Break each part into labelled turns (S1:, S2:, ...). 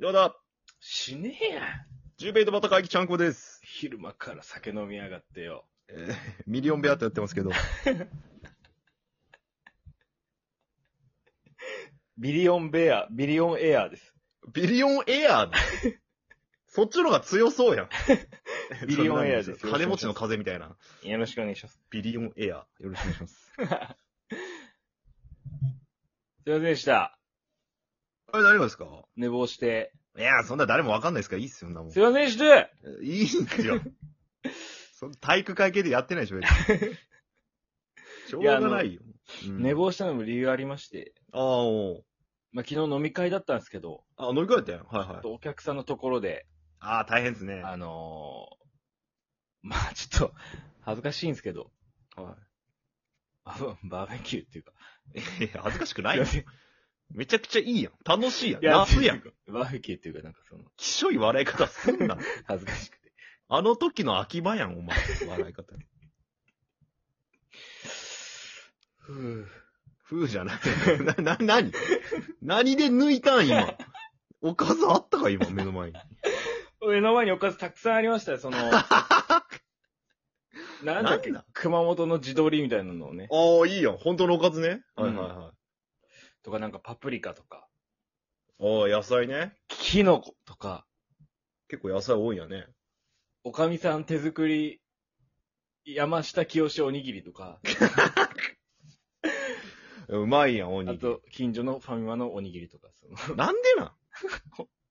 S1: どうだ
S2: しねえや。
S1: ジュベイトバタ会議ちゃんこです。
S2: 昼間から酒飲みやがってよ。
S1: えーミリオンベアってやってますけど。
S2: ビリオンベア、ビリオンエアーです。。
S1: ビリオンエアーそっちの方が強そうや ん
S2: ビリオンエアーです
S1: 金持ちの風みたいな。
S2: よろしくお願いします。
S1: ビリオンエアー。よろしくお願いします。
S2: すいませんでした。
S1: あれ、誰がですか
S2: 寝坊して。
S1: いや、そんな誰もわかんないですから、いいっすよ、そんなもん
S2: すい。ませんでした
S1: いいんです よ。そん体育会系でやってないでしょ、別にしょうがないよ。うん
S2: 寝坊したのも理由ありまして。
S1: ああ、おう
S2: まあ、昨日飲み会だったんですけど、
S1: あ、乗り換えたよ。はいはい。
S2: お客さんのところで、
S1: ああ、大変ですね。は
S2: あのー、まあちょっと、恥ずかしいんですけど、あのバーベキューっていうか、
S1: い。いや 恥ずかしくない
S2: すい
S1: よ
S2: ま。せん
S1: めちゃくちゃいいやん。楽しいやん。
S2: いや
S1: 夏やん。
S2: バーベキューっていうかなんかその、
S1: きしょい笑い方すん な。
S2: 恥ずかしくて。
S1: あの時の秋葉やん、お前。笑い方。
S2: ふぅ。
S1: 風じゃない。 な、な、何何で抜いたん、今。おかずあったか、今、目の前に。
S2: 上の前におかずたくさんありましたよ、 その、なんだっ
S1: な
S2: け
S1: んだ
S2: 熊本の地鶏みたいなのをね、
S1: ああ、いいやん。本当のおかずね。
S2: う
S1: はい
S2: ん
S1: はいはい。
S2: とかなんかパプリカとか、
S1: ああ、野菜ね。
S2: キノコとか、
S1: 結構野菜多いんやね。
S2: おかみさん手作り、山下清おにぎりとか、
S1: うまいやん、お
S2: あ
S1: にぎり。
S2: と、近所のファミマのおにぎりとか、その
S1: なんで なん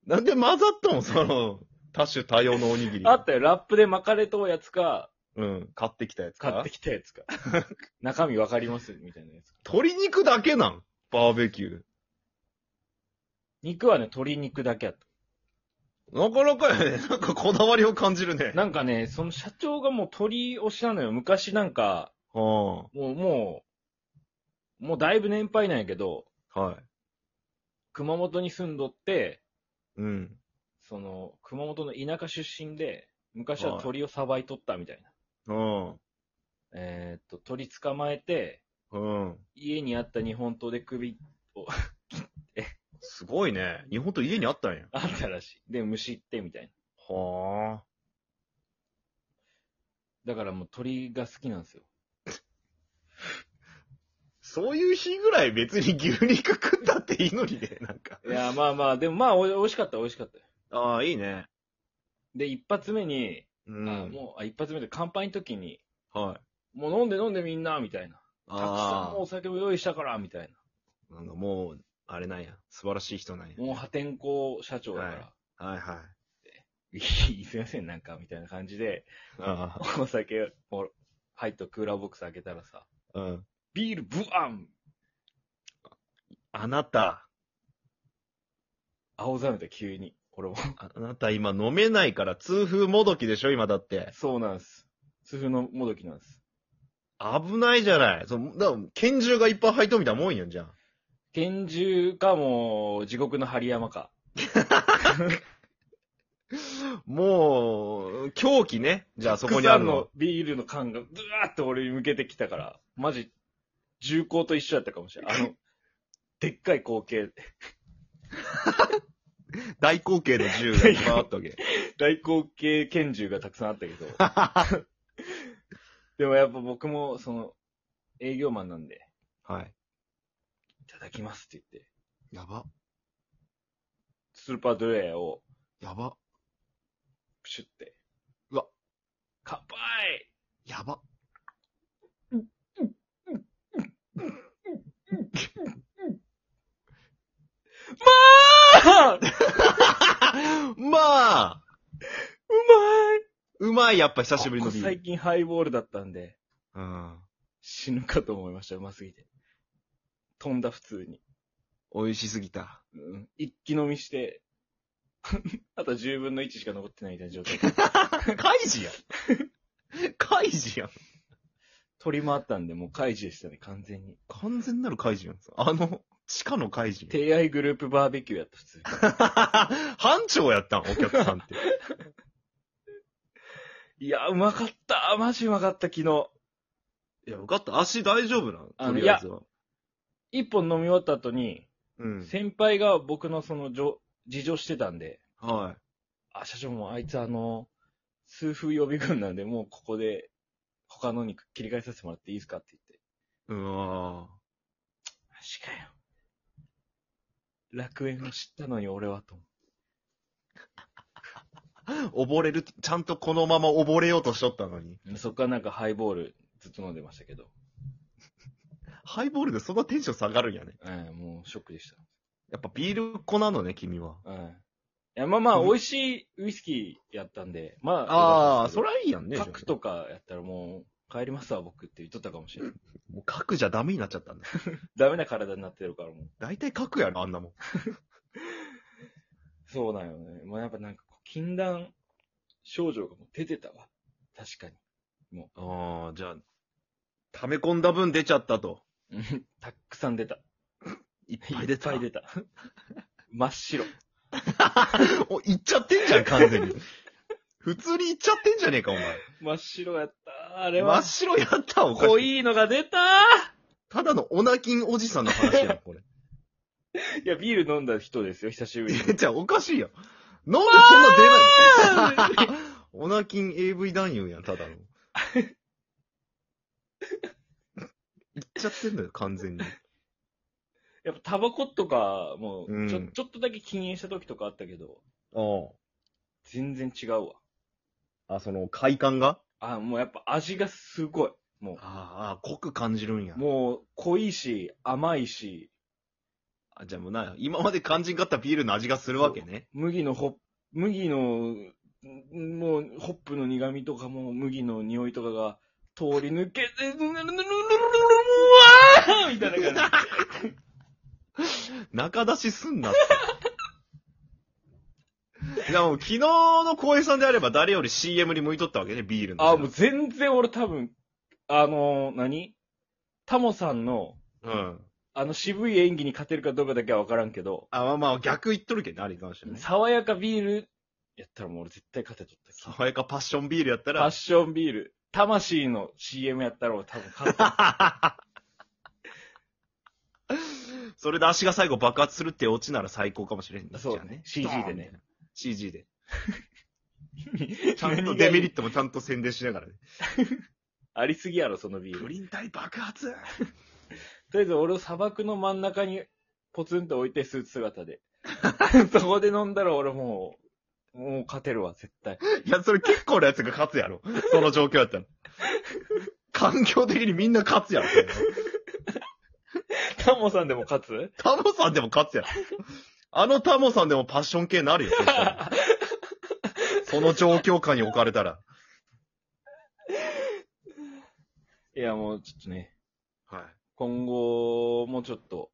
S1: なんで混ざったのその、多種多様のおにぎり。
S2: あったよ、ラップで巻かれとうやつか、
S1: うん。買ってきたやつか。
S2: 買ってきたやつか。 中身わかりますみたいなやつか。
S1: 鶏肉だけなんバーベキュー。
S2: 肉はね、鶏肉だけやっ
S1: なかなかやね。なんかこだわりを感じるね
S2: た。。なんかね、その社長がもう鳥推しなのよ。昔なんか、
S1: は
S2: もう、もう、もうだいぶ年配なんやけど、
S1: あ、はい。
S2: 熊本に住んどって、
S1: うん。
S2: その、熊本の田舎出身で、昔
S1: は
S2: はい鳥をさばいとったみたいな。
S1: うん。
S2: えーっと、鳥捕まえて、
S1: うん。
S2: 家にあった日本刀で首 を
S1: すごいね。日本と家にあったんや。
S2: あったらしい。で、虫行ってみたい
S1: はあ。
S2: な。だからもう鳥が好きなんですよ。
S1: そういう日ぐらい別に牛肉食ったっていいのにね、 なんか。
S2: いや、まあまあ、でもまあ、おい美味しかった、美味しかったよ。
S1: ああ、いいね。
S2: で、一発目に、
S1: う
S2: あもう、あ、一発目で乾杯の時に、
S1: はい。
S2: もう飲んで飲んでみんな、みたいな。たくさ
S1: あ
S2: んもうお酒も用意したから、みたいな。
S1: あ。なんかもう、あれなんや。素晴らしい人なんや。
S2: もう破天荒社長だから。
S1: はいはい。
S2: いいすいません、なんか、みたいな感じで、
S1: あ
S2: お酒、ほら入ったクーラーボックス開けたらさ、
S1: あ。うん。
S2: ビールブワン
S1: あなた、
S2: 青ざめた急に。俺 も。
S1: あなた今飲めないから痛風もどきでしょ、今だって。
S2: そうなんです。痛風のもどきなんです。
S1: 危ないじゃない。そう、だから拳銃がいっぱい入っとるみたいなもんやんじゃん。
S2: 拳銃かもう、地獄の針山か。
S1: もう、狂気ね。じゃあそこにあるの。
S2: ビールの缶が、ずわーって俺に向けてきたから、マジ、銃口と一緒やったかもしれない。あ の、でっかい光景、
S1: 大口径の銃がいっぱいあったわけ。
S2: 大口径拳銃がたくさんあったけ ど、でもやっぱ僕も、その、営業マンなんで、
S1: はい。
S2: いただきますって言って、
S1: やば。
S2: スーパードレアを、
S1: やば。
S2: プシュって。
S1: うわ。
S2: 乾杯
S1: やば。
S2: あー
S1: まあ
S2: うまいう
S1: まい、やっ ぱ久しぶりの
S2: こ
S1: ビ
S2: こ
S1: ー
S2: 最
S1: ル。
S2: 近ハイボールだったんで、
S1: うん。
S2: 死ぬかと思いました、うますぎて。飛んだ普通に。
S1: 美味しすぎ た。
S2: うん、一気飲みして、 あと10分の1しか残ってないみたいな状態。
S1: カイジやん。 カイジやん。
S2: 取り回ったんで、もう開示でしたね、完全に。
S1: 完全なるカイジやん。あの、地下のカイジ。
S2: 提愛グループバーベキューやった、普通に。
S1: 班長やったん、お客さんって。
S2: いや、うまかったマジうまかった、昨日。
S1: いや、よかった。足大丈夫なの
S2: あの
S1: とりあえずは。
S2: 一本飲み終わった後に、
S1: うん。
S2: 先輩が僕のその上自乗してたんで、
S1: は
S2: あ、社長もうあいつあの、数風予備軍なんで、もうここで他のに切り替えさせてもらっていいですかって言って。
S1: い。うわ
S2: マジかよ。楽園を知ったのに俺はと思う。
S1: ー溺れる、ちゃんとこのまま溺れようとしとったのに。
S2: そっからなんかハイボールずっと飲んでましたけど、
S1: ハイボールでそんなテンション下がるんやね。
S2: ええもうショックでした。
S1: やっぱビールっ子なのね、君は。
S2: ええいや、まあまあ、美味しいウイスキーやったんで、ま
S1: あ
S2: あ、
S1: あ、そりゃいいやんね。
S2: パックとかやったらもう、帰りますわ、僕って言っとったかもしれない。
S1: もう核じゃダメになっちゃったんだ。
S2: ダメな体になってるからもう。
S1: 大体核やろ、あんなもん。
S2: そうだよね。まあやっぱなんかこう、禁断症状がもう出てたわ。確かに。
S1: ああ、じゃあ、溜め込んだ分出ちゃったと。
S2: うん たっくさん出た。
S1: いっ
S2: い
S1: ぱい
S2: っ
S1: 出た。
S2: ぱい 出た。真っ白。
S1: お、行っちゃってんじゃん、完全に。普通に行っちゃってんじゃねえか、お前。
S2: 真っ白やった。あれ
S1: 真
S2: は
S1: っ。白やった、おかしい。
S2: 濃いのが出た
S1: ただのオナキンおじさんの話やん、こ れ。
S2: いや、ビール飲んだ人ですよ、久しぶり に。
S1: えじゃあ、おかしいやん。なんでそんな出ないのオナキン AV 男優やん、ただ の。行っちゃってんだよ、完全に。
S2: やっぱタバコとか、もうちょ、
S1: うん
S2: ちょっとだけ禁煙した時とかあったけど、
S1: あ
S2: 全然違うわ。
S1: あ。あ、その、快感が
S2: あ、もうやっぱ味がすごい。も
S1: ああ、濃く感じるんや
S2: う、。もう濃いし、甘いし、
S1: あじゃあもうな、今まで感じんかったビールの味がするわけ ね。
S2: 麦のホップ、麦の、んもう、ホップの苦味とかも、麦の匂いとかが、通り抜け て、ぬぬぬぬぬぬぬぬうわーみたいな感じ。
S1: 中出しすん なって。いやもう昨日の光栄さんであれば誰より CM に向いとったわけね、ビールの。
S2: あ、もう全然俺多分、あのー、何タモさんの、
S1: うん。
S2: あの渋い演技に勝てるかどうかだけは分からんけど、
S1: あ、まあまあ逆言っとるけどね、あれに関してはね。
S2: 爽やかビールやったらもう俺絶対勝てとった。
S1: 爽やかパッションビールやった
S2: パッ
S1: ら、
S2: ションビール、魂の CM やったら俺多分勝った。
S1: それで足が最後爆発するってオチなら最高かもしれんね。
S2: そうだね CG でね。
S1: じゃあ CG で。 ちゃんとデメリットもちゃんと宣伝しながらね。
S2: ありすぎやろ、そのビー
S1: プ
S2: ル。
S1: リン体爆発
S2: とりあえず俺を砂漠の真ん中にポツンと置いてスーツ 姿で。そこで飲んだら俺もう、もう勝てるわ、絶対。
S1: いや、それ結構なやつが勝つやろ。その状況やったら。環境的にみんな勝つやろ。それ
S2: タモさんでも勝つ
S1: タモさんでも勝つやろ。あのタモさんでもパッション系になるよ。絶対その状況下に置かれたら。
S2: いや、もうちょっとね、
S1: はい。
S2: 今後もちょっと、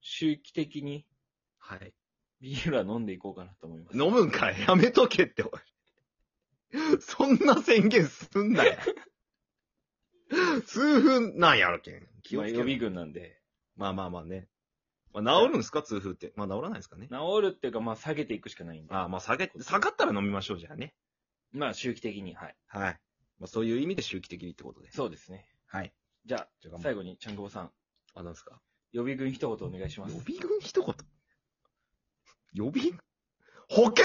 S2: 周期的に
S1: はい。
S2: ビールは飲んでいこうかなと思います。
S1: 飲むんかいや めとけって、おい。 そんな宣言すんなよ。 痛風なんやろけん。気を
S2: まあ
S1: つ
S2: 予
S1: け
S2: 備
S1: ろ
S2: 軍なんで。
S1: まあまあまあね。まあ治るんすか痛風って。まあ治らないですかね。
S2: 治るっていうか、まあ下げていくしかないんで。
S1: ああ、まあ下げ、下がったら飲みましょうじゃあね。
S2: まあ周期的に、はい。
S1: はい。まあ、そういう意味で周期的にってことで。
S2: そうですね。
S1: はい。
S2: じゃあ
S1: じゃあ頑張、って
S2: 最後に、ちゃんごぼさん、
S1: あ、なんですか
S2: 予備軍一言お願いします。
S1: 予備軍一言。予備補欠